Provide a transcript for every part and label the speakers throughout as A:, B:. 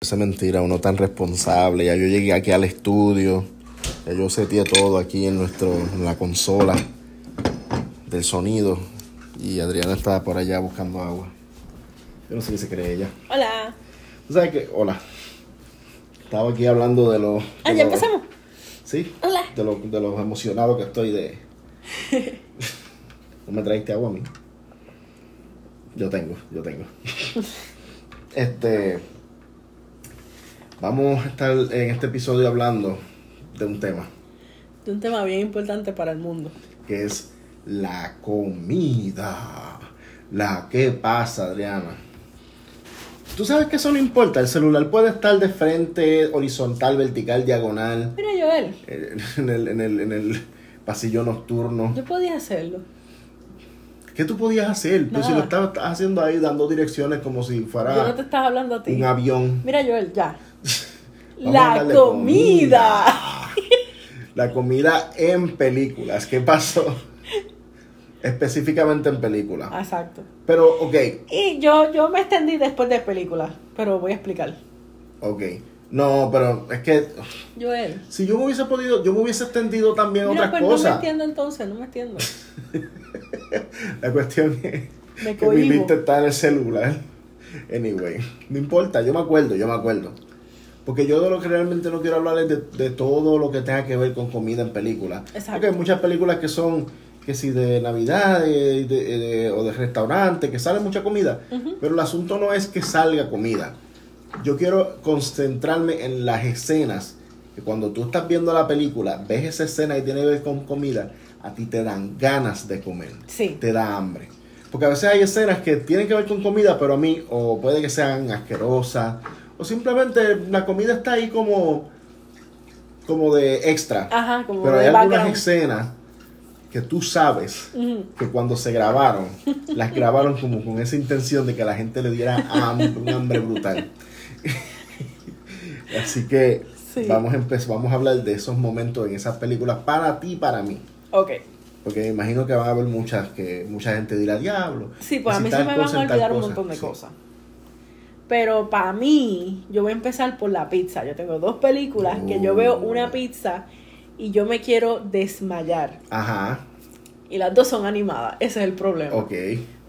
A: Esa es mentira, uno tan responsable. Ya yo llegué aquí al estudio. Ya yo seteé todo aquí en nuestro, en la consola del sonido. Y Adriana está por allá buscando agua. Yo no sé qué se cree ella.
B: Hola. Ah,
A: ¿Tú sabes qué? Hola. Estaba aquí hablando de los.
B: Ah, ya empezamos.
A: Sí.
B: Hola.
A: De los de los emocionado que estoy de. no me trajiste agua a mí. Yo tengo, yo tengo. este. Vamos a estar en este episodio hablando de un tema
B: De un tema bien importante para el mundo.
A: que es la comida. La que pasa, Adriana. Tú sabes que eso no importa. El celular puede estar de frente, horizontal, vertical, diagonal,
B: Mira, Joel,
A: eh, en el, en el- en el pasillo nocturno.
B: yo podía hacerlo.
A: ¿Qué tú podías hacer? Pues si lo
B: Nada.
A: estabas haciendo ahí, dando direcciones como si
B: Yo no
A: fuera
B: te estaba hablando a ti.
A: un avión.
B: Mira, Joel, ya.
A: Vamos a
B: La
A: darle
B: comida.
A: La comida en películas. ¿Qué pasó? Específicamente en películas.
B: Exacto.
A: Pero, ok,
B: Y yo, yo me extendí después de películas, pero voy a explicar.
A: ok. No, pero es que
B: Joel.
A: si yo me hubiese podido, yo me hubiese extendido también a
B: Mira,
A: otras
B: pues no me
A: cosas.
B: entiendo entonces, no me entiendo.
A: La cuestión es
B: Me
A: que mi
B: cohibo.
A: lista está en el celular. Anyway, no importa, yo me acuerdo, yo me acuerdo. Porque yo de lo que realmente no quiero hablar es de, de todo lo que tenga que ver con comida en películas.
B: Exacto.
A: Porque hay muchas películas que son, que si de Navidad de- de- de- o de restaurante, que sale mucha comida. Pero el asunto no es que salga comida. Yo quiero concentrarme en las escenas. Que cuando tú estás viendo la película, ves esa escena y tiene que ver con comida, a ti te dan ganas de comer
B: Sí.
A: te da hambre. Porque a veces hay escenas que tienen que ver con comida, pero a mí, o puede que sean asquerosas, o simplemente la comida está ahí como, como de extra.
B: Ajá, Ah, como
A: pero
B: de
A: hay algunas
B: background.
A: escenas que tú sabes
B: Ujú.
A: que cuando se grabaron, las grabaron como con esa intención de que a la gente le diera hambre, un hambre brutal. Así que
B: Sí.
A: vamos, a empe- vamos a hablar de esos momentos en esas películas para ti y para mí.
B: Ok.
A: Porque me imagino que van a haber muchas que mucha gente dirá diablo.
B: Sí, pues a
A: si
B: mí se
A: tal
B: me van
A: cosa,
B: a
A: en tal
B: olvidar un
A: cosa".
B: montón de
A: Sí.
B: cosas. Pero para mí, yo voy a empezar por la pizza. Yo tengo dos películas que yo veo
A: Uh.
B: una pizza y yo me quiero desmayar.
A: Ajá,
B: Y las dos son animadas. Ese es el problema.
A: ok.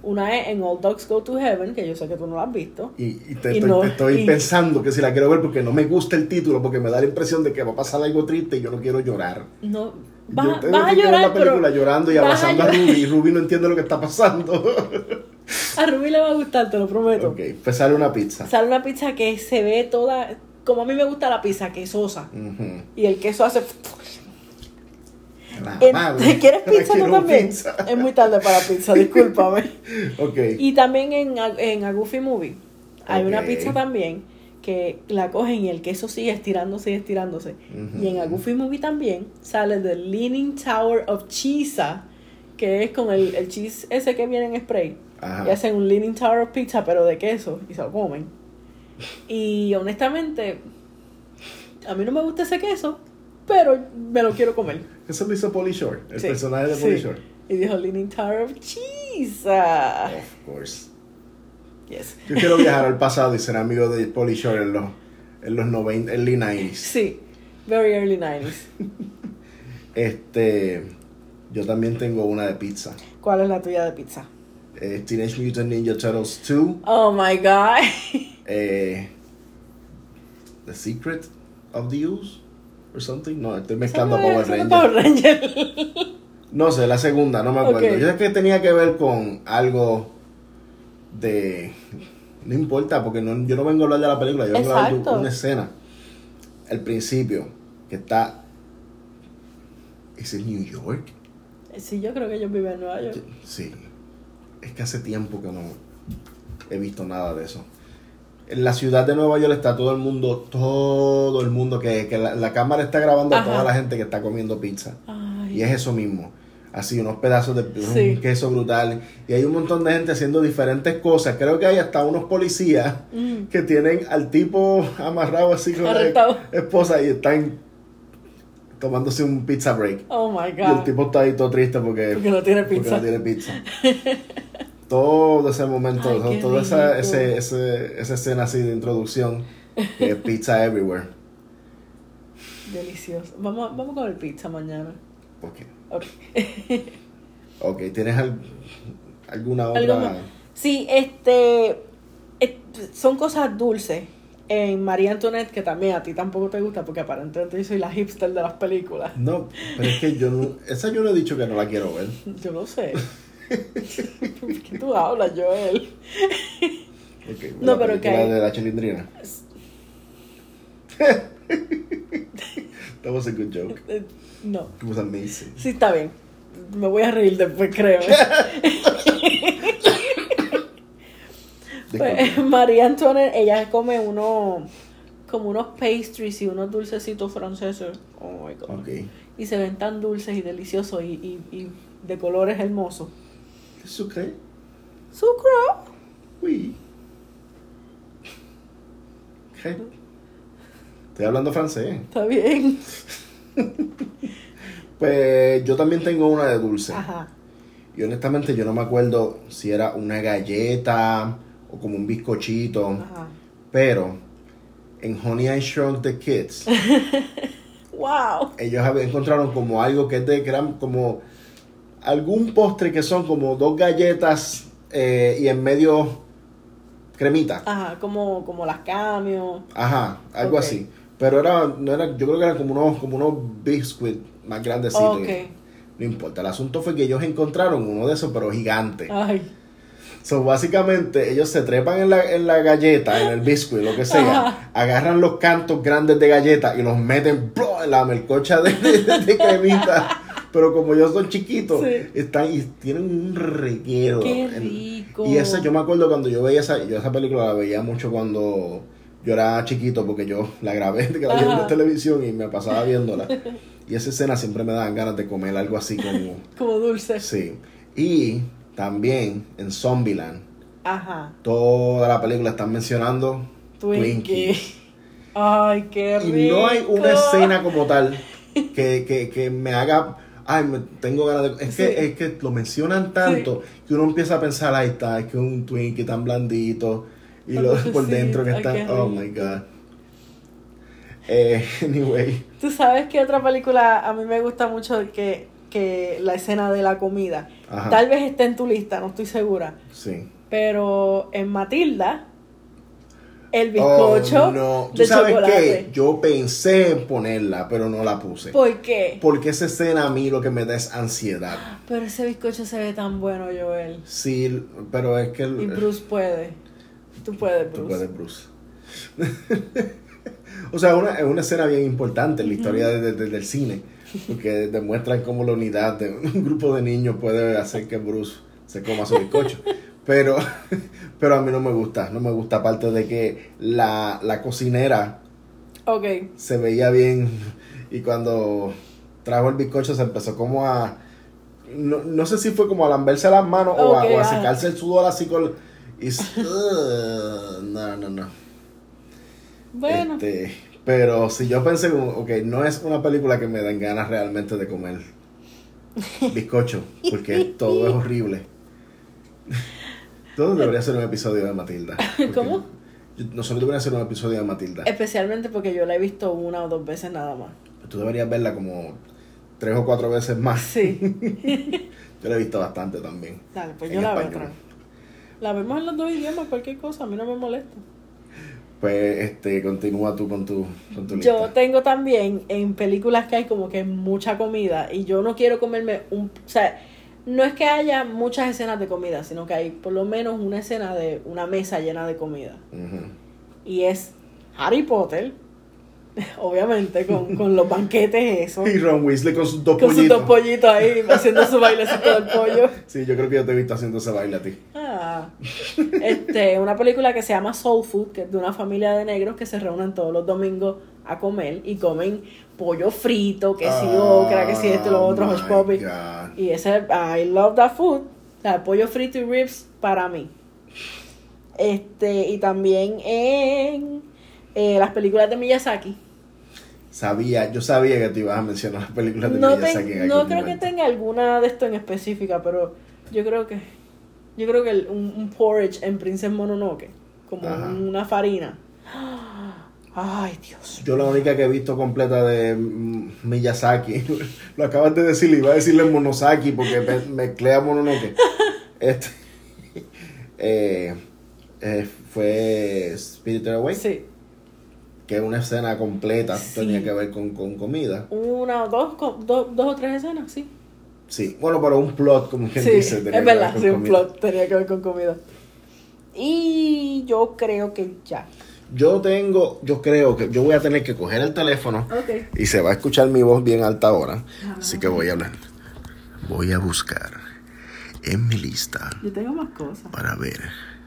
B: Una es en All Dogs Go to Heaven, que yo sé que tú no la has visto.
A: Y, y te,
B: Y
A: estoy,
B: no,
A: te estoy
B: y-
A: pensando que si la quiero ver porque no me gusta el título, porque me da la impresión de que va a pasar algo triste y yo no quiero llorar.
B: No,
A: yo
B: vas,
A: tengo
B: vas a
A: que ver
B: llorar,
A: la película
B: pero
A: llorando y
B: vas a
A: abrazando a,
B: llorar.
A: Ruby y Ruby no entiende lo que está pasando.
B: a Ruby le va a gustar, te lo prometo.
A: ok, pues sale una pizza.
B: Sale una pizza que se ve toda, como a mí me gusta la pizza, quesosa.
A: Ujú.
B: Y el queso hace...
A: La
B: En-
A: madre.
B: ¿Quieres pizza tú
A: Quiero
B: también?
A: pizza.
B: Es muy tarde para pizza, discúlpame.
A: Ok.
B: Y también en, A- en A Goofy Movie hay una
A: Ok.
B: pizza también que la cogen y el queso sigue estirándose y estirándose.
A: Ujú.
B: Y en A Goofy Movie también sale The Leaning Tower of Cheesa, que es con el, el cheese ese que viene en spray. Y
A: Ajá.
B: hacen un Leaning Tower of Pizza, pero de queso, y se lo comen. Y honestamente, a mí no me gusta ese queso, pero me lo quiero comer.
A: Eso lo hizo Polly Shore, el
B: Sí,
A: personaje de
B: sí.
A: Polly Shore.
B: Y dijo Leaning Tower of Cheese. Ah,
A: Of course.
B: Yes.
A: Yo quiero viajar al pasado y ser amigo de Polly Shore en los, en los 90, early 90s.
B: Sí, very early 90s.
A: Este, yo también tengo una de pizza.
B: ¿Cuál es la tuya de pizza?
A: Eh, Teenage Mutant Ninja Turtles 2,
B: Oh my god.
A: eh, The Secret of the Use, or something. No, estoy mezclando a Power
B: Esa no es
A: Rangers.
B: Power Ranger.
A: No sé, la segunda, no me acuerdo.
B: Ok.
A: Yo sé que tenía que ver con algo de... No importa, porque no- yo no vengo a hablar de la película, yo vengo a hablar de
B: Exacto.
A: una escena. El principio, que está... ¿Es en New York?
B: Sí, yo creo que ellos viven en Nueva York.
A: Sí. Es que hace tiempo que no he visto nada de eso. En la ciudad de Nueva York está todo el mundo, todo el mundo, que, que la, la cámara está grabando a toda
B: Ajá.
A: la gente que está comiendo pizza. Y
B: Ay,
A: es eso mismo. Así, unos pedazos de
B: Sí.
A: un queso brutal. Y hay un montón de gente haciendo diferentes cosas. Creo que hay hasta unos policías
B: Mm.
A: que tienen al tipo amarrado así con
B: Arrestado.
A: la esposa y están tomándose un pizza break.
B: Oh my
A: Y el
B: god.
A: tipo está ahí todo triste porque,
B: Porque no tiene
A: porque
B: pizza.
A: no tiene pizza. todo ese momento,
B: Ay,
A: todo-
B: qué
A: toda esa,
B: rico.
A: ese- ese- esa escena así de introducción que es pizza everywhere.
B: Delicioso. Vamos, vamos con el pizza mañana.
A: ¿Por qué?
B: Ok.
A: Ok, ¿tienes al- alguna
B: Algo
A: otra?
B: más. Sí, este. et- son cosas dulces. En María Antoinette, que también a ti tampoco te gusta, porque aparentemente yo soy la hipster de las películas.
A: No, pero es que yo no, esa yo no he dicho que no la quiero ver.
B: Yo no sé. ¿Por qué tú hablas, Joel?
A: Okay,
B: No,
A: la
B: pero
A: película
B: que hay-
A: de la chilindrina. That was a good joke.
B: Eh, No.
A: It was amazing.
B: Sí, está bien. Me voy a reír después, créeme. Pues,
A: Disculpa.
B: María Antoinette, ella come unos como unos pastries y unos dulcecitos franceses. Oh my god.
A: Ok.
B: Y se ven tan dulces y deliciosos y, y, y de colores hermosos.
A: ¿Es okay?
B: Sucro.
A: Oui. Okay. Estoy hablando francés.
B: Está bien.
A: Pues yo también tengo una de dulce.
B: Ajá.
A: Y honestamente yo no me acuerdo si era una galleta o como un bizcochito.
B: Ajá.
A: Pero en Honey I Shrunk the Kids,
B: Wow.
A: ellos hab- encontraron como algo que es de que eran como algún postre que son como dos galletas eh, y en medio cremita.
B: Ajá, como, como las cambios.
A: Ajá, algo
B: Ok.
A: así. Pero era, no era, yo creo que eran como unos, como unos biscuits más grandecitos.
B: ok.
A: No importa. El asunto fue que ellos encontraron uno de esos, pero gigante.
B: Ay.
A: So, básicamente, ellos se trepan en la, en la galleta, en el biscuit, lo que sea,
B: Ajá.
A: agarran los cantos grandes de galleta y los meten ¡plop! en la melcocha de, de- de cremita. Pero como ellos son chiquitos,
B: Sí.
A: están y tienen un reguero.
B: Qué
A: en-
B: rico.
A: Y esa, yo me acuerdo cuando yo veía esa, yo esa película la veía mucho cuando yo era chiquito, porque yo la grabé, que la vi en la
B: Ajá.
A: televisión y me pasaba viéndola. Y esa escena siempre me daban ganas de comer algo así como...
B: Como dulces.
A: Sí. Y también en Zombieland,
B: Ajá.
A: toda la película están mencionando
B: Twinkie. Ay, qué rico.
A: Y no hay una escena como tal que, que, que me haga. Ay, me tengo ganas de. Es,
B: Sí.
A: que, es que lo mencionan tanto que uno empieza a pensar, ahí está, es que un Twinkie tan blandito y
B: Tan
A: lo por
B: dulcecito,
A: dentro que
B: ay,
A: están.
B: qué
A: Oh
B: rico.
A: my god. Eh, anyway,
B: Tú sabes que otra película a mí me gusta mucho que, que la escena de la comida.
A: Ajá.
B: Tal vez esté en tu lista, no estoy segura.
A: sí.
B: Pero en Matilda, el bizcocho
A: Oh, no. ¿Tú
B: de
A: sabes
B: chocolate.
A: qué? Yo pensé en ponerla, pero no la puse.
B: ¿Por qué?
A: Porque esa escena a mí lo que me da es ansiedad.
B: Pero ese bizcocho se ve tan bueno, Joel.
A: Sí, pero es que. el-
B: Y Bruce puede. Tú puedes,
A: Eh. Tú
B: Bruce.
A: puedes, Bruce. o sea, una- es una escena bien importante en la historia de- de- del cine. Porque demuestran cómo la unidad de un grupo de niños puede hacer que Bruce se coma su bizcocho. Pero, pero a mí no me gusta. No me gusta, aparte de que la, la cocinera
B: Ok.
A: se veía bien y cuando trajo el bizcocho se empezó como a no, no sé si fue como a lamberse las manos o a-
B: Ok,
A: o a,
B: ah.
A: secarse el sudor así con y s- ugh, no no no
B: Bueno.
A: Este, pero si yo pensé como, ok, no es una película que me dan ganas realmente de comer bizcocho porque todo es horrible todo debería ser un episodio de Matilda porque
B: ¿Cómo? Eh.
A: yo- nosotros deberíamos hacer un episodio de Matilda
B: Especialmente porque yo la he visto una o dos veces nada más.
A: Tú deberías verla como tres o cuatro veces más.
B: Sí.
A: Yo la he visto bastante también.
B: Dale, pues
A: En
B: yo la veo
A: español.
B: otra vez. La vemos en los dos idiomas, cualquier cosa, a mí no me molesta.
A: Pues este, continúa tú con tu, con tu
B: Yo
A: lista.
B: tengo también en películas que hay como que mucha comida y yo no quiero comerme un... O sea, no es que haya muchas escenas de comida, sino que hay por lo menos una escena de una mesa llena de comida.
A: Ujú.
B: Y es Harry Potter, obviamente, con, con los banquetes esos.
A: Y Ron Weasley con sus dos
B: Con sus
A: pollitos.
B: dos pollitos ahí haciendo su bailecito del pollo.
A: sí, yo creo que yo te he visto haciendo ese baile a ti.
B: Ah. Este, una película que se llama Soul Food, que es de una familia de negros que se reúnen todos los domingos a comer y comen pollo frito, que si okra, que si esto, lo otro,
A: Oh,
B: hot
A: Ah, my
B: poppy.
A: God.
B: Y ese, I love that food, o sea, pollo frito y ribs para mí. Este, y también en eh, las películas de Miyazaki.
A: Sabía, yo sabía que tú ibas a mencionar las películas de
B: No, te-
A: Miyazaki en
B: no
A: algún
B: creo que
A: momento.
B: tenga alguna de esto en específica, pero yo creo que yo creo que el- un, un porridge en Princess Mononoke, como
A: Ajá.
B: una farina. ¡Ah! Ay, Dios.
A: Yo la única que he visto completa de mm, Miyazaki, lo acabas de decir, iba a decirle Monosaki porque me- mezclé a Mononoke. Este, eh, eh, fue Spirited Away,
B: Sí.
A: que es una escena completa,
B: Sí.
A: tenía que ver con, con comida.
B: Una o dos, co- do- dos o tres escenas, sí.
A: Sí, bueno, pero un plot, como quien
B: Sí,
A: dice.
B: es
A: tenía que ver
B: verdad,
A: con
B: sí, un
A: comida.
B: plot tenía que ver con comida. Y yo creo que ya.
A: Yo tengo, yo creo que yo voy a tener que coger el teléfono
B: Ok.
A: y se va a escuchar mi voz bien alta ahora. Así que voy a hablar. Voy a buscar en mi lista
B: Yo tengo más cosas.
A: para ver.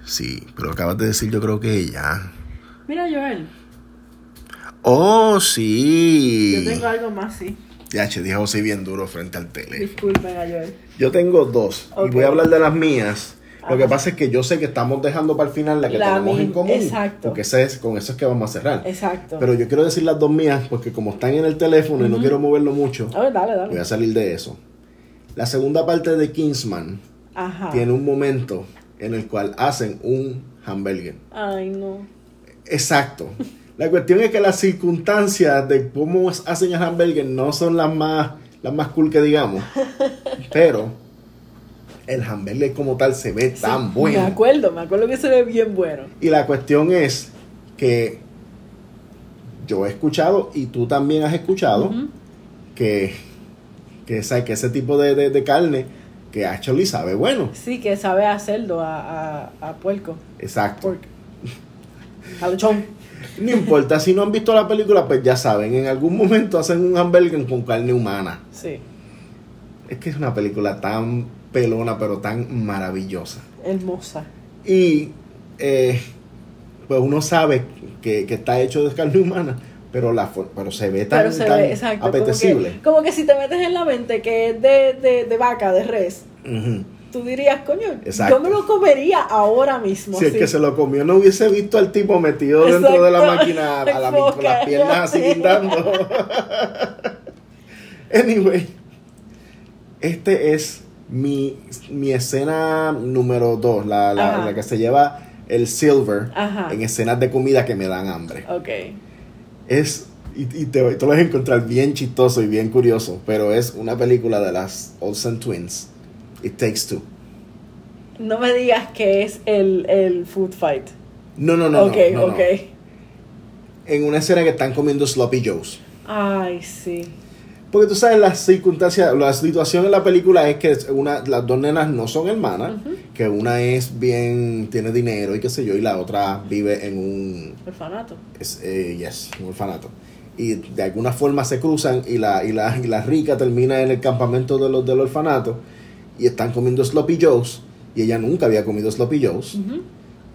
A: Sí, pero acabas de decir yo creo que ya.
B: Mira, Joel,
A: Oh,
B: yo
A: sí.
B: tengo algo más, sí.
A: Ya, che, dije José bien duro frente al tele.
B: Disculpen a Joel.
A: Yo tengo dos y
B: Ok.
A: voy a hablar de las mías. Lo que
B: Ajá.
A: pasa es que yo sé que estamos dejando para el final la que
B: La
A: tenemos en
B: mi-
A: común.
B: exacto.
A: Porque ese es, con eso es que vamos a cerrar.
B: Exacto.
A: Ah, Pero yo quiero decir las dos mías porque como están en el teléfono y no
B: Ujú. Ah,
A: quiero moverlo mucho,
B: A ver, dale,
A: voy
B: dale.
A: a salir de eso. La segunda parte de Kingsman
B: Ajá.
A: tiene un momento en el cual hacen un hamburger.
B: Ay, no.
A: Exacto. La cuestión es que las circunstancias de cómo hacen el hamburger no son las más, las más cool que digamos. Pero el hamburger como tal se ve tan
B: Sí, Me
A: bueno.
B: acuerdo, me acuerdo que se ve bien bueno.
A: Y la cuestión es que yo he escuchado y tú también has escuchado
B: Ujú.
A: que, que, esa- que ese tipo de, de- de carne que actually sabe bueno.
B: Sí, que sabe hacerlo a, a, a puerco.
A: Exacto.
B: Pork. A lechón.
A: No importa, si no han visto la película, pues ya saben, en algún momento hacen un hamburger con carne humana.
B: Sí.
A: Es que es una película tan pelona, pero tan maravillosa.
B: Hermosa.
A: Y eh, pues uno sabe que, que está hecho de carne humana, pero, la, for- pero se ve tan,
B: Pero se
A: tan
B: ve, exacto. como que-
A: apetecible.
B: Como que, si te metes en la mente que es de, de, de vaca, de res,
A: Ujú.
B: tú dirías, coño,
A: Exacto.
B: yo me lo comería ahora mismo.
A: Si el
B: sí.
A: que se lo comió no hubiese visto al tipo metido dentro
B: Exacto.
A: de la máquina a la, con las piernas así guindando. anyway, este es mi, mi escena número 2, la, la-
B: Ajá.
A: la que se lleva el silver
B: Ajá.
A: en escenas de comida que me dan hambre.
B: Ok.
A: Es, y, y te, te lo vas a encontrar bien chistoso y bien curioso, pero es una película de las Olsen Twins. It Takes Two.
B: No me digas que es el, el food fight.
A: No, no, no. no,
B: ok,
A: no, no,
B: ok.
A: En una escena que están comiendo Sloppy Joes.
B: Ay, sí.
A: Porque tú sabes las circunstancias, la situación en la película es que una, las dos nenas no son hermanas,
B: Ujú.
A: que una es bien, tiene dinero y qué sé yo, y la otra vive en un,
B: Orfanato.
A: es, eh, yes, un orfanato. Y de alguna forma se cruzan y la, y la, y la rica termina en el campamento de los, del orfanato y están comiendo sloppy joes y ella nunca había comido sloppy joes,
B: Ujú.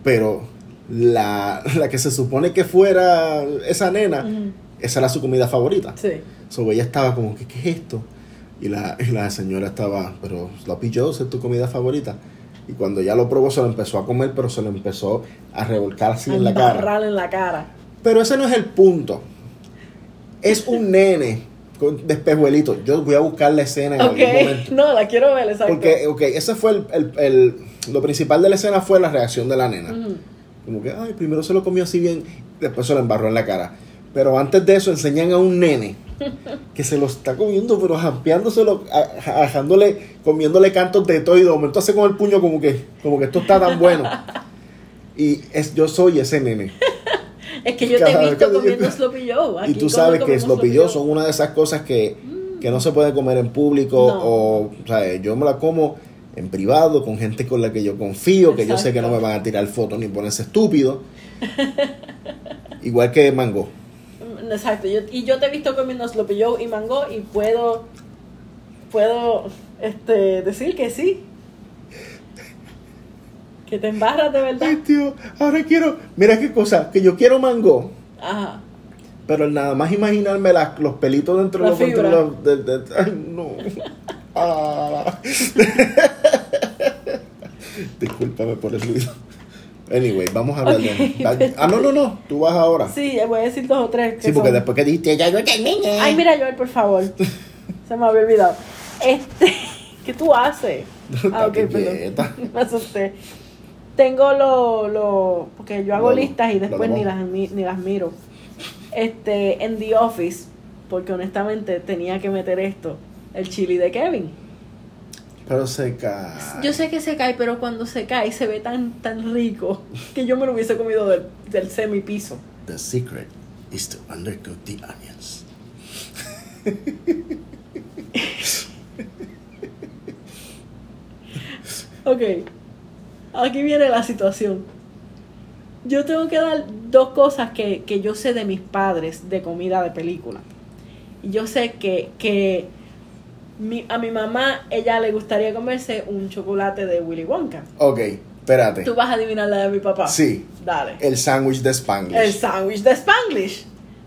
A: pero la, la que se supone que fuera esa nena,
B: Ujú.
A: esa era su comida favorita.
B: Sí.
A: So, ella estaba como que, ¿qué es esto? Y la, y la señora estaba, pero la pilló, es tu comida favorita. Y cuando ya lo probó, se lo empezó a comer, pero se lo empezó a revolcar así en la cara.
B: Embarrarle en la cara.
A: Pero ese no es el punto. Es un nene con despejuelito. Yo voy a buscar la escena en
B: Ok.
A: algún momento.
B: No, la quiero ver, exacto.
A: Porque, ok, ese fue el, el- el- Lo principal de la escena fue la reacción de la nena.
B: Ujú.
A: Como que, ay, primero se lo comió así bien, después se lo embarró en la cara. Pero antes de eso enseñan a un nene que se lo está comiendo, pero jampeándoselo, a- ajándole, comiéndole cantos de todo y de momento hace con el puño como que, como que esto está tan bueno. Y es, yo soy ese nene.
B: Es que yo te
A: Cada-
B: he visto
A: cada-
B: comiendo sloppy joe.
A: Y
B: Aquí
A: tú
B: todos
A: sabes que
B: comemos
A: los
B: sloppy
A: pillos
B: joe.
A: son una de esas cosas que, que no se puede comer en público
B: No.
A: o, o sea, yo me la como en privado con gente con la que yo confío, que yo sé que no me
B: Exacto.
A: van a tirar fotos ni ponerse estúpido. Igual que mango.
B: Mm, Exacto, yo, y yo te he visto comiendo sloppy joe y mango y puedo puedo este decir que sí. Que te embarras de verdad.
A: Ay, tío, ahora quiero, mira qué cosa, que yo quiero mango,
B: Ajá.
A: pero el nada más imaginarme las- los pelitos dentro de
B: La
A: los dentro de
B: fibra.
A: los- de- de- ay, no. Ah. Discúlpame por el ruido. Anyway, vamos a hablar
B: Ok,
A: de. va- Ah, no, no, no, tú vas ahora. Sí,
B: Sí, eh, voy a decir dos o tres. que
A: porque
B: son-
A: después que dijiste, ya yo terminé.
B: Ay, mira, Joel, por favor. Se me había olvidado. Este, ¿qué tú haces? Ah, ok,
A: Date
B: perdón.
A: quieta.
B: Me asusté. Tengo lo, lo porque yo hago
A: Lo-
B: listas y
A: lo
B: después ni
A: demás.
B: las, ni, ni las miro. este, en The Office, porque honestamente tenía que meter esto, el chili de Kevin.
A: Pero se cae.
B: Yo sé que se cae, pero cuando se cae se ve tan, tan rico que yo me lo hubiese comido del, del semipiso.
A: The secret is to undercook the onions.
B: Ok, aquí viene la situación. Yo tengo que dar dos cosas que, que yo sé de mis padres de comida de película. Y Yo sé que, que mi- a mi mamá, ella le gustaría comerse un chocolate de Willy Wonka.
A: Ok, espérate.
B: ¿Tú vas a adivinar la de mi papá?
A: Sí.
B: Dale.
A: El sándwich de
B: El
A: Spanglish.
B: sándwich de Spanglish.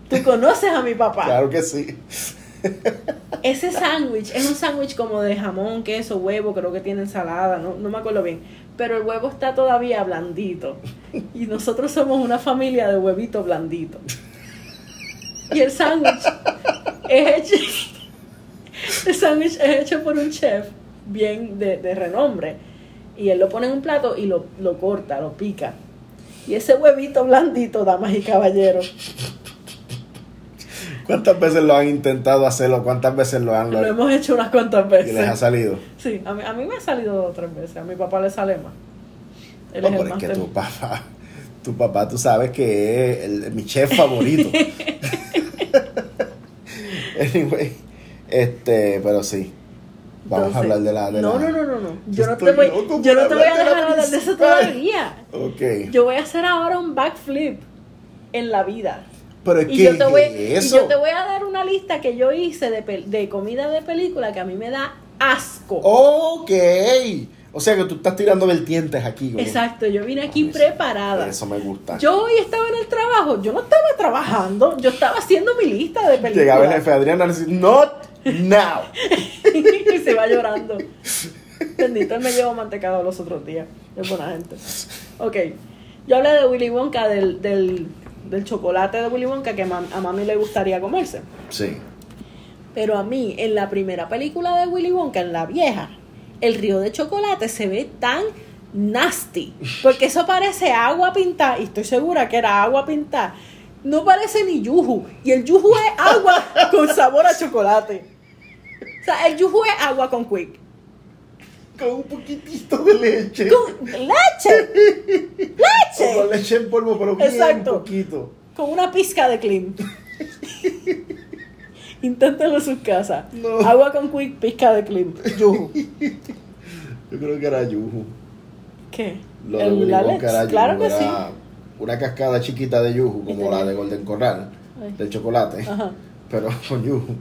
B: Tú conoces a mi papá.
A: Claro que sí.
B: Ese sándwich es un sándwich como de jamón, queso, huevo, creo que tiene ensalada, no, no me acuerdo bien. Pero el huevo está todavía blandito. Y nosotros somos una familia de huevito blandito. Y el sándwich es hecho. El sándwich es hecho por un chef bien de, de renombre. Y él lo pone en un plato y lo, lo corta, lo pica. Y ese huevito blandito, damas y caballeros,
A: ¿Cuántas veces lo han intentado hacerlo? ¿Cuántas veces lo han
B: lo
A: logrado?
B: hemos hecho unas cuantas
A: Y
B: veces.
A: les ha salido.
B: Sí, a mí, a mí me ha salido dos o tres veces. A mi papá le sale más. Él
A: No,
B: es el
A: pero es
B: más
A: que
B: tem-
A: tu papá, tu papá, tú sabes que es el- mi chef favorito. anyway, este, pero sí. Vamos a hablar de la. De
B: no,
A: la-
B: no, no, no, no.
A: Yo
B: Yo no te
A: estoy
B: voy,
A: loco
B: yo
A: por
B: no te voy a
A: hablar de la
B: dejar hablar de eso
A: principal.
B: todavía.
A: Ok.
B: Yo voy a hacer ahora un backflip en la vida.
A: pero es
B: Y
A: que
B: yo, te voy, y
A: eso.
B: yo te voy a dar una lista que yo hice de, pel- de comida de película que a mí me da asco.
A: Oh, Ok. O sea que tú estás tirando vertientes aquí. güey.
B: Exacto, yo vine aquí
A: Eso-
B: preparada.
A: Eso me gusta.
B: Yo hoy estaba en el trabajo, yo no estaba trabajando, yo estaba haciendo mi lista de películas.
A: Llegaba el jefe Adriana y decía, not now.
B: y se va llorando. Bendito, él me llevó mantecado los otros días. Es buena gente. Ok. Yo hablé de Willy Wonka, del, del, del chocolate de Willy Wonka que mam- a mami le gustaría comerse.
A: Sí.
B: Pero a mí, en la primera película de Willy Wonka, en la vieja, el río de chocolate se ve tan nasty. Porque eso parece agua pintada. Y estoy segura que era agua pintada. No parece ni yuju. Y el yuju es agua con sabor a chocolate. O sea, el yuju es agua con quick.
A: Con un poquitito de leche.
B: Con leche.
A: Como
B: Leche.
A: leche en polvo, pero bien
B: Exacto.
A: poquito.
B: Con una pizca de clean. Inténtalo en sus casas.
A: No.
B: Agua con quick, pizca de clean. Yuju.
A: Yo creo que era yuju.
B: ¿Qué?
A: Lo
B: El-
A: de Willy
B: la
A: Wonka
B: Lex,
A: era yuju.
B: Claro que
A: era
B: sí.
A: Una cascada chiquita de yuju,
B: Y
A: como
B: tenía-
A: la de Golden Corral,
B: Ay.
A: del chocolate,
B: Ajá.
A: pero con yuju.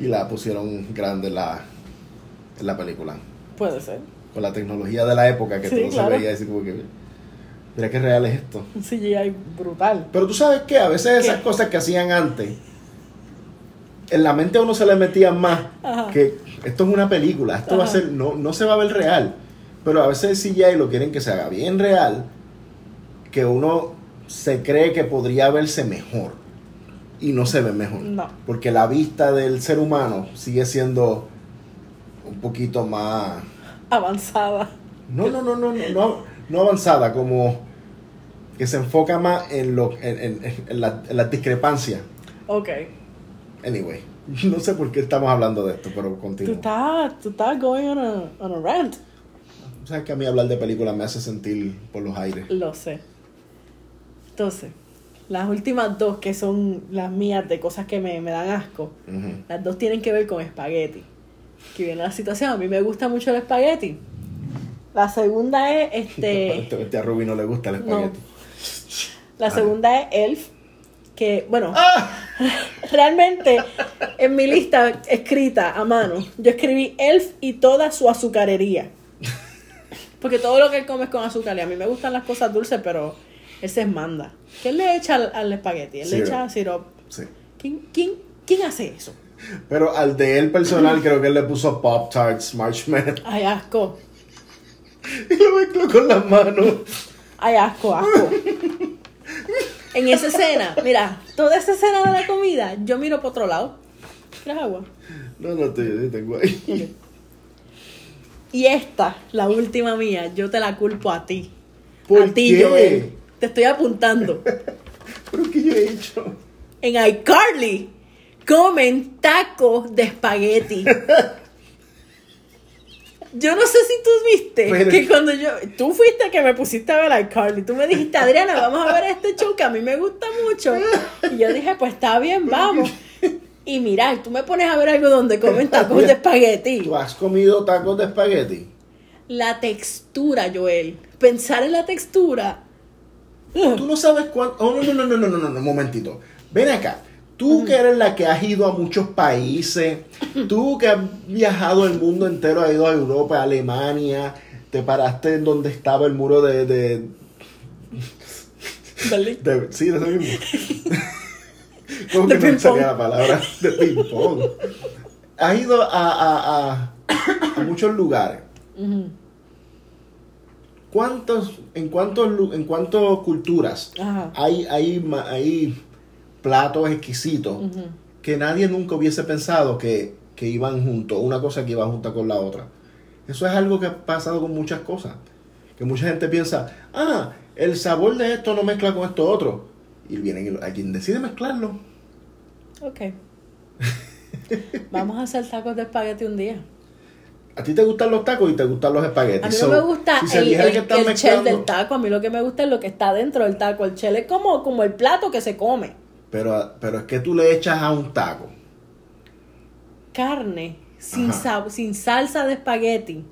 A: Y la pusieron grande en la, en la película.
B: Puede ser.
A: Con la tecnología de la época que
B: Sí,
A: todo
B: claro.
A: se veía así como que. Mira qué real es esto.
B: Un CGI brutal.
A: Pero tú sabes que a veces esas
B: ¿Qué?
A: cosas que hacían antes, en la mente a uno se le metía más
B: Ajá.
A: que esto es una película, esto va a
B: Ajá.
A: ser, no, no se va a ver real. Pero a veces el CGI lo quieren que se haga bien real, que uno se cree que podría verse mejor y no se ve mejor.
B: No.
A: Porque la vista del ser humano sigue siendo un poquito más
B: Avanzada.
A: no, no, no, no, no, no, no avanzada, como que se enfoca más en, lo, en, en- en- en la, en las discrepancias.
B: Ok.
A: Anyway, no sé por qué estamos hablando de esto, pero
B: Tú
A: continúo.
B: estás, tú estás going on a, on a rant.
A: Sabes que a mí hablar de películas me hace sentir por los aires.
B: Lo sé. Entonces, las últimas dos que son las mías de cosas que me, me dan asco,
A: Ujú.
B: las dos tienen que ver con espagueti. Que viene la situación. A mí me gusta mucho el espagueti. La segunda es este.
A: Aparentemente a Ruby no le gusta el
B: no.
A: espagueti.
B: La
A: Ah.
B: segunda es Elf. Que, bueno, Realmente, en mi lista escrita a mano, yo escribí Elf y toda su azucarería. Porque todo lo que él come es con azúcar. Y a mí me gustan las cosas dulces, pero ese es manda. ¿Qué le echa al, al espagueti? Él le
A: Syrup.
B: echa sirope.
A: Sí.
B: ¿Quién, quién, ¿Quién hace eso?
A: Pero al de él personal creo que él le puso Pop Tarts, Marshmallow
B: Ay, asco.
A: y lo mezcló con las manos.
B: Ay, asco, asco. En esa escena, mira, toda esa escena de la comida, yo miro por otro lado. ¿Quieres agua?
A: No, no estoy, yo tengo ahí.
B: Ok. Y esta, la última mía, yo te la culpo a ti.
A: ¿Por
B: a ti,
A: qué?
B: eh. Joel. Te estoy apuntando.
A: ¿Pero qué yo he hecho?
B: en iCarly comen tacos de espagueti. Yo no sé si tú viste
A: Pero-
B: que cuando yo. Tú fuiste que me pusiste a ver iCarly. Tú me dijiste, Adriana, vamos a ver este show que a mí me gusta mucho. Y yo dije, pues está bien, vamos. Y mira, tú me pones a ver algo donde comen tacos de espagueti.
A: ¿Tú has comido tacos de espagueti?
B: La textura, Joel. Pensar en la textura.
A: Tú no sabes cuánto. Oh, no, no, no, no, no, no, no, un momentito. Ven acá. Tú que eres la que has ido a muchos países, tú que has viajado el mundo entero, has ido a Europa, a Alemania, te paraste en donde estaba el muro de. de,
B: ¿Vale?
A: de- sí, de eso mismo. ¿Cómo
B: De
A: que no me
B: ping-pong.
A: salía la palabra? De ping-pong. Has ido a, a- a- a muchos lugares.
B: Ujú.
A: ¿Cuántos, en, cuántos, lu- en cuántas culturas
B: Ajá.
A: hay, hay, ma- hay platos exquisitos
B: Ujú.
A: que nadie nunca hubiese pensado que, que iban juntos, una cosa que iba junta con la otra. Eso es algo que ha pasado con muchas cosas. Que mucha gente piensa, ah, el sabor de esto no mezcla con esto otro. Y vienen y lo- a quien decide mezclarlo.
B: Ok. Vamos a hacer tacos de espagueti un día.
A: A ti te gustan los tacos y te gustan los espaguetis.
B: A mí
A: So,
B: no me gusta
A: si se
B: el,
A: dijera
B: el,
A: que están
B: el shell del
A: mezclando-
B: taco. A mí lo que me gusta es lo que está dentro del taco. El shell es como, como el plato que se come.
A: pero, pero es que tú le echas a un taco.
B: Carne sin,
A: Ajá.
B: sab- sin salsa de espagueti.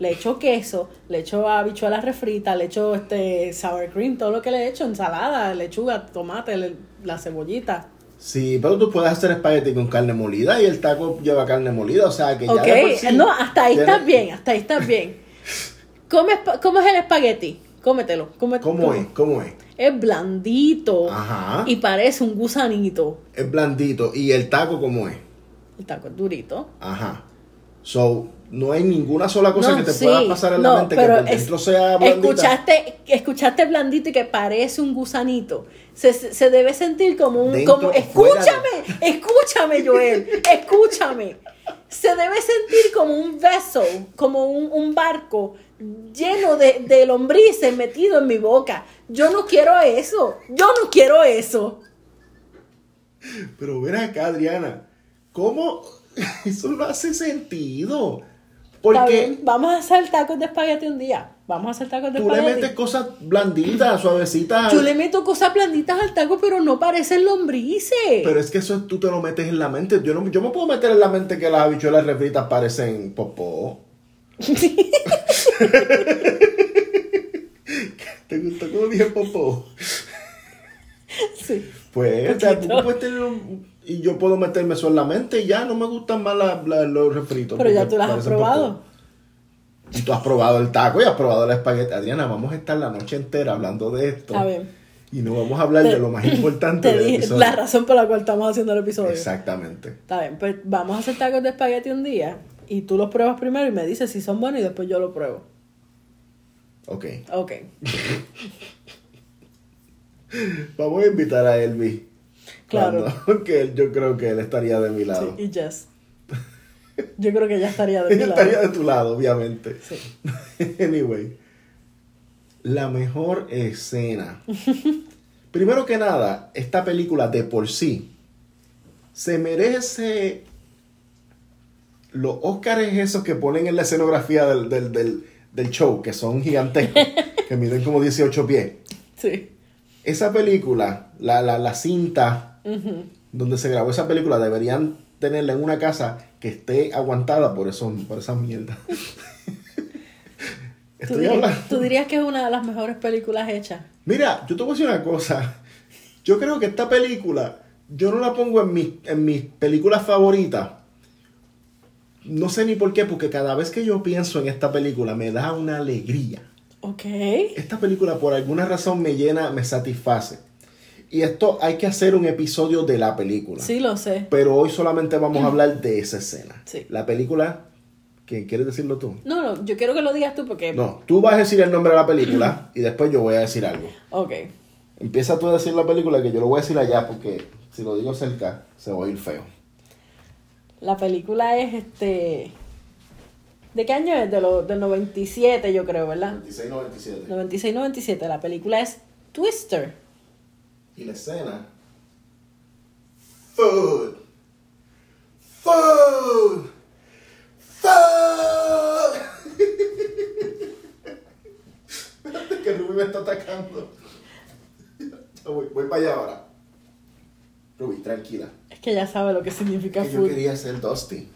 B: Le echo queso, le echo habichuelas refritas, le echo este sour cream, todo lo que le echo, ensalada, lechuga, tomate, le- la cebollita.
A: Sí, pero tú puedes hacer espagueti con carne molida y el taco lleva carne molida, o sea que ya
B: Ok,
A: de por sí-
B: no, hasta ahí
A: ya
B: estás
A: de-
B: bien, hasta ahí estás bien. Come espa- ¿Cómo es el espagueti? Cómetelo. come-
A: ¿Cómo
B: come.
A: es? ¿Cómo es?
B: Es blandito
A: Ajá.
B: y parece un gusanito.
A: Es blandito. ¿Y el taco cómo es?
B: El taco es durito.
A: Ajá. So, no hay ninguna sola cosa
B: No,
A: que te
B: sí,
A: pueda pasar en
B: no,
A: la mente que
B: pero
A: por
B: es-
A: dentro sea blandita.
B: Escuchaste, escuchaste blandito y que parece un gusanito. Se, se- se debe sentir como un...
A: Dentro
B: como,
A: o fuera
B: escúchame, escúchame, Joel, escúchame. Se debe sentir como un vessel, como un, un barco lleno de, de lombrices metido en mi boca. Yo no quiero eso, yo no quiero eso.
A: Pero ven acá, Adriana. ¿Cómo? Eso no hace sentido.
B: Está
A: Porque
B: bien, Vamos a hacer tacos de espagueti un día. Vamos a hacer tacos de
A: tú le
B: espagueti.
A: metes cosas blanditas, suavecitas.
B: Yo le meto cosas blanditas al taco, pero no parecen lombrices.
A: Pero es que eso tú te lo metes en la mente. Yo, no, yo me puedo meter en la mente que las habichuelas refritas parecen popó. ¿Te gustó cómo dije popó?
B: Sí.
A: Pues, o sea, tú
B: Poquito.
A: puedes tener un- Y yo puedo meterme eso en la mente y ya no me gustan más la- la- los refritos.
B: Pero ya
A: porque
B: tú las has
A: parecen
B: probado.
A: popó. Y tú has probado el taco y has probado la espagueti. Adriana, vamos a estar la noche entera hablando de esto.
B: Está bien.
A: Y no vamos a hablar de lo más importante
B: Te
A: del
B: dije
A: episodio.
B: la razón por la cual estamos haciendo el episodio.
A: Exactamente.
B: Está bien, pues vamos a hacer tacos de espagueti un día y tú los pruebas primero y me dices si son buenos y después yo lo pruebo.
A: Ok.
B: Ok.
A: Vamos a invitar a Elvis.
B: Claro.
A: Cuando- que él- yo creo que él estaría de mi lado.
B: Sí, y Jess. Yo creo que ya estaría de
A: Él
B: mi lado.
A: estaría de tu lado, obviamente.
B: Sí.
A: anyway, la mejor escena. Primero que nada, esta película de por sí se merece los Óscares esos que ponen en la escenografía del, del- del- del show, que son gigantescos, que miden como 18 pies.
B: Sí.
A: Esa película, la, la- la cinta
B: Ujú.
A: donde se grabó esa película, deberían tenerla en una casa que esté aguantada por, esos por esas mierdas.
B: ¿Tú,
A: Estoy
B: dirías-
A: hablando.
B: tú dirías que es una de las mejores películas hechas.
A: Mira, yo te voy a decir una cosa. Yo creo que esta película, yo no la pongo en mis, en mis películas favoritas. No sé ni por qué, porque cada vez que yo pienso en esta película me da una alegría.
B: Ok.
A: Esta película por alguna razón me llena, me satisface. Y esto hay que hacer un episodio de la película.
B: Sí, lo sé.
A: Pero hoy solamente vamos a hablar de esa escena.
B: Sí.
A: La película, ¿qué quieres decirlo tú?
B: No, no, yo quiero que lo digas tú porque...
A: No, tú vas a decir el nombre de la película y después yo voy a decir algo.
B: Ok.
A: Empieza tú a decir la película que yo lo voy a decir allá porque si lo digo cerca se va a oír feo.
B: La película es este. ¿De qué año es? De lo, del 97, yo creo, ¿verdad?
A: 96-97.
B: 96-97. La película es Twister.
A: Y la escena Food. Food. Food. que Ruby me está atacando. Ya Voy, voy para allá ahora. Ruby, tranquila.
B: Es que ya sabe lo que significa
A: Que yo
B: food.
A: quería ser Dusty.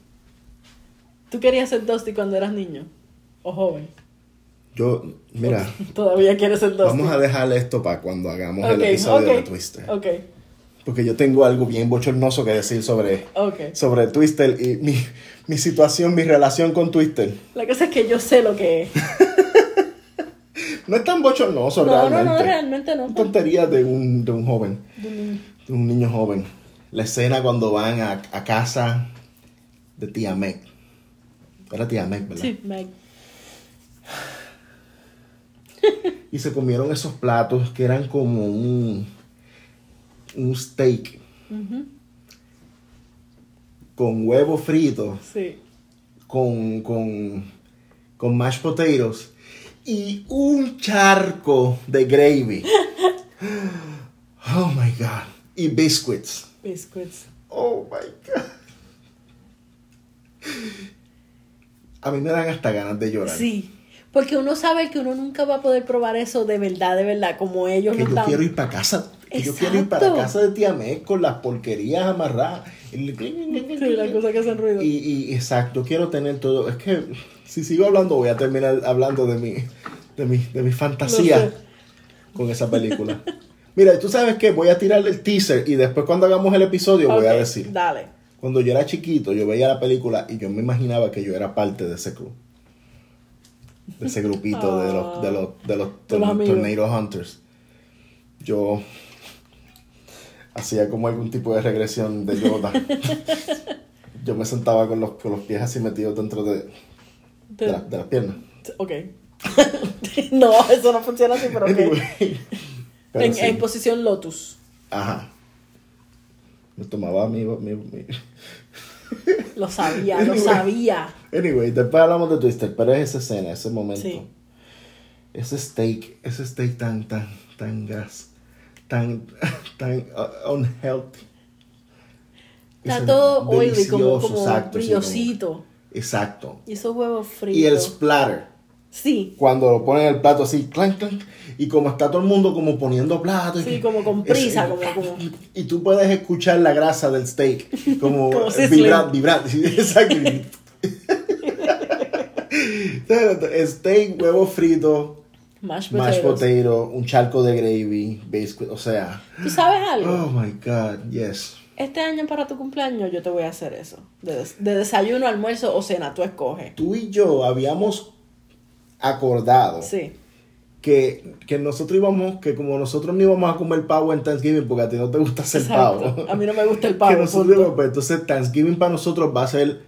B: ¿Tú querías ser Dusty cuando eras niño? ¿O joven?
A: Yo, mira,
B: Todavía quieres ser Dusty.
A: vamos a dejar esto para cuando hagamos el
B: Ok,
A: episodio
B: ok,
A: de Twister.
B: Ok,
A: Porque yo tengo algo bien bochornoso que decir sobre,
B: ok.
A: sobre Twister y mi, mi situación, mi relación con Twister.
B: La cosa es que yo sé lo que es.
A: No es tan bochornoso
B: No, no,
A: realmente.
B: no, realmente no.
A: Una tontería de un, de un joven,
B: De un niño.
A: de un niño joven. La escena cuando van a, a casa de tía Meg. Era tía Meg, ¿verdad?
B: Sí, Meg.
A: Y se comieron esos platos que eran como un, un steak
B: Ujú,
A: con huevo frito,
B: Sí.
A: con, con, con mashed potatoes y un charco de gravy. Oh my God. Y biscuits.
B: Biscuits.
A: Oh my God. A mí me dan hasta ganas de llorar.
B: Sí. Porque uno sabe que uno nunca va a poder probar eso de verdad, de verdad, como ellos
A: Que
B: nos
A: yo
B: dan.
A: quiero ir para casa. Que yo quiero ir para
B: Exacto.
A: casa de tía Meg con las porquerías amarradas. El-
B: Sí, las cosas que hacen ruido.
A: Y, y exacto, quiero tener todo. Es que si sigo hablando, voy a terminar hablando de mi, de mi, de mi fantasía
B: Lo sé.
A: con esa película. Mira, y tú sabes que voy a tirar el teaser y después cuando hagamos el episodio voy a
B: Ok,
A: decir.
B: Dale.
A: Cuando yo era chiquito, yo veía la película y yo me imaginaba que yo era parte de ese club. De ese grupito de los, de los, de los,
B: De los
A: torn-
B: amigos.
A: Tornado Hunters. Yo hacía como algún tipo de regresión de yoga. yo me sentaba con los, con los pies así metidos dentro de,
B: Te-
A: de, la- de las piernas.
B: Ok. no, eso no funciona así, pero ok.
A: Anyway. Pero
B: En,
A: sí.
B: en posición lotus.
A: Ajá. Me tomaba mi- mi- mi,
B: Lo sabía, lo
A: Anyway.
B: sabía.
A: Anyway, después hablamos de Twister, pero es esa escena, ese momento.
B: Sí.
A: Ese steak, ese steak tan, tan, tan gas, tan, tan uh, unhealthy.
B: Está
A: Ese
B: todo oily, como,
A: delicioso,
B: como
A: exacto, sí, como-
B: brillosito.
A: exacto.
B: Y esos huevos fritos.
A: Y el splatter,
B: Sí,
A: cuando lo ponen en el plato así, clank, clank, y como está todo el mundo como poniendo plato. y
B: Sí,
A: que-
B: como con prisa,
A: ese-
B: como- como-
A: Y tú puedes escuchar la grasa del steak, como,
B: Como sizzling.
A: vibrar, vibrar, sí, exacto. steak, huevo frito,
B: mashed
A: mashed
B: potatoes.
A: potato, un charco de gravy, biscuit, o sea,
B: ¿Tú sabes algo?
A: oh my god, yes.
B: Este año para tu cumpleaños yo te voy a hacer eso. De, des- de desayuno, almuerzo o cena, tú escoges.
A: Tú y yo habíamos acordado
B: Sí.
A: que, que nosotros íbamos, que como nosotros no íbamos a comer pavo en Thanksgiving porque a ti no te gusta hacer
B: exacto.
A: pavo.
B: A mí no me gusta el pavo.
A: que nosotros
B: punto.
A: íbamos, pues, entonces Thanksgiving para nosotros va a ser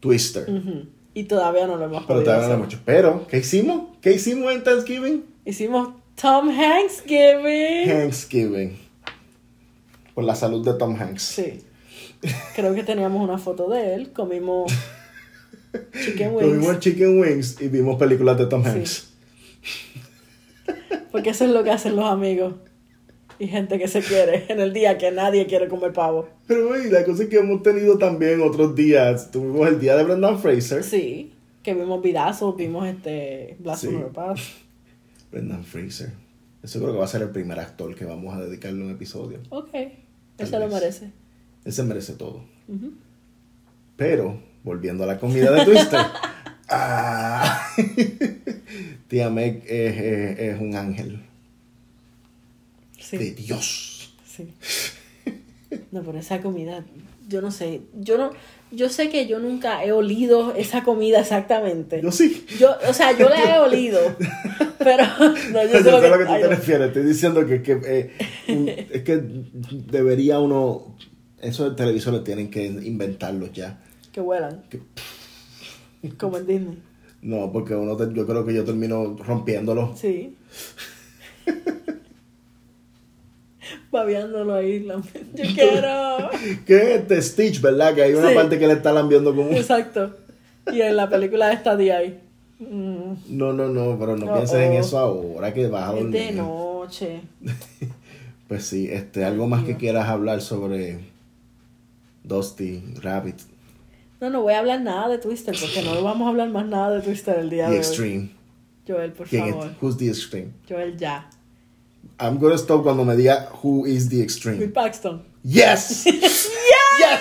A: Twister.
B: Ujú. Y todavía no lo
A: Pero
B: hemos podido
A: todavía no
B: hacer.
A: lo hemos hecho. Pero, ¿qué hicimos? ¿Qué hicimos en Thanksgiving?
B: Hicimos Tom Hanks Giving.
A: Thanksgiving. Por la salud de Tom Hanks.
B: Sí. Creo que teníamos una foto de él. Comimos chicken
A: Comimos
B: wings.
A: chicken wings y vimos películas de Tom
B: Sí.
A: Hanks.
B: Porque eso es lo que hacen los amigos. Y gente que se quiere en el día que nadie quiere comer pavo.
A: Pero güey, la cosa es que hemos tenido también otros días. Tuvimos el día de Brendan Fraser.
B: Sí. Que vimos vidazos, vimos este Blasphemy
A: Sí.
B: Pass.
A: Brendan Fraser. Eso creo que va a ser el primer actor que vamos a dedicarle un episodio.
B: Ok.
A: Tal
B: Él se lo
A: vez.
B: merece.
A: Él se merece todo.
B: Ujú.
A: Pero, volviendo a la comida de Twister. ah, tía Meg es, es- es un ángel de
B: Sí,
A: Dios.
B: sí. No, pero esa comida, yo no sé, yo no, yo sé que yo nunca he olido esa comida exactamente.
A: Yo sí.
B: Yo, o sea, yo la he olido, pero no, yo
A: Yo
B: sé lo que,
A: a lo que tú
B: ay,
A: te
B: no.
A: refieres. Estoy diciendo que, que, eh, un- es que debería uno. Esos televisores tienen que inventarlos ya.
B: que huelan.
A: Que-
B: Como en Disney.
A: No, porque uno te- yo creo que yo termino rompiéndolos.
B: Sí. Babeándolo ahí, la- yo quiero.
A: Que es este Stitch, ¿verdad? Que hay una
B: Sí.
A: parte que le está lambiendo como un.
B: Exacto. Y en la película esta de ahí. Mm,
A: No, no, no, pero no
B: Uh-oh.
A: pienses en eso ahora que vas a
B: es
A: dormir.
B: de noche.
A: Pues sí, este, algo más que quieras hablar sobre Dusty, Rabbit
B: No, no voy a hablar nada de Twister porque no vamos a hablar más nada de Twister el día
A: y
B: de
A: Extreme.
B: hoy. Joel, por
A: ¿Quién
B: favor.
A: es? Who's the Extreme?
B: Joel, ya.
A: I'm gonna stop cuando me diga who is the
B: Will
A: Extreme.
B: Paxton.
A: Yes!
B: ¡Yes!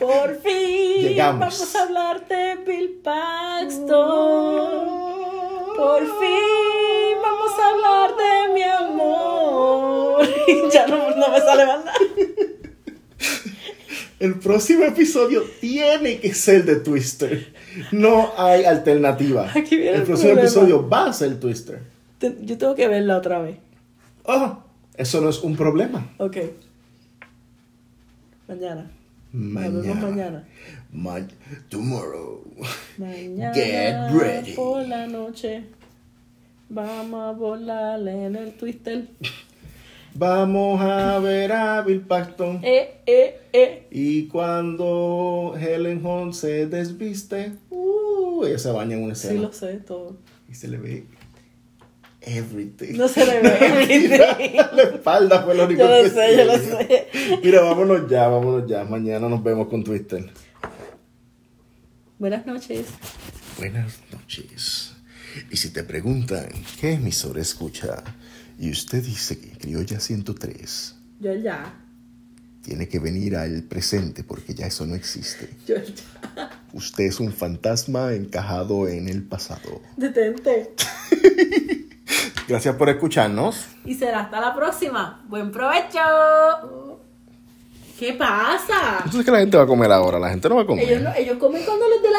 B: Por fin.
A: Llegamos.
B: Vamos a hablarte de Bill Paxton. Por fin vamos a hablar de mi amor. ya no, no me sale más nada.
A: El próximo episodio tiene que ser de Twister. No hay alternativa.
B: Aquí viene el
A: próximo
B: problema.
A: episodio va a ser Twister.
B: Te- Yo tengo que verla otra vez.
A: Oh, eso no es un problema.
B: Ok. Mañana. Nos vemos
A: Mañana.
B: mañana.
A: Ma- tomorrow.
B: Mañana
A: Get ready.
B: por la noche vamos a volar en el twister.
A: Vamos a ver a Bill Paxton.
B: Eh, eh, eh.
A: Y cuando Helen Hunt se desviste, uh, ella se baña en una
B: Sí,
A: escena.
B: lo sé todo.
A: Y se le ve everything.
B: No se le ve everything.
A: La espalda fue lo único
B: Yo lo
A: que
B: sé, yo lo
A: se le
B: sé.
A: vio. Mira, vámonos ya, vámonos ya. Mañana nos vemos con Twister.
B: Buenas noches.
A: Buenas noches. Y si te preguntan qué emisora escucha y usted dice que Criolla 103
B: Yo ya.
A: tiene que venir al presente porque ya eso no existe.
B: Yo ya.
A: Usted es un fantasma encajado en el pasado.
B: Detente.
A: Gracias por escucharnos.
B: Y será hasta la próxima. Buen provecho. ¿Qué pasa?
A: Entonces, ¿qué la gente va a comer ahora? La gente no va a comer.
B: Ellos, no, ellos comen cuando les dé la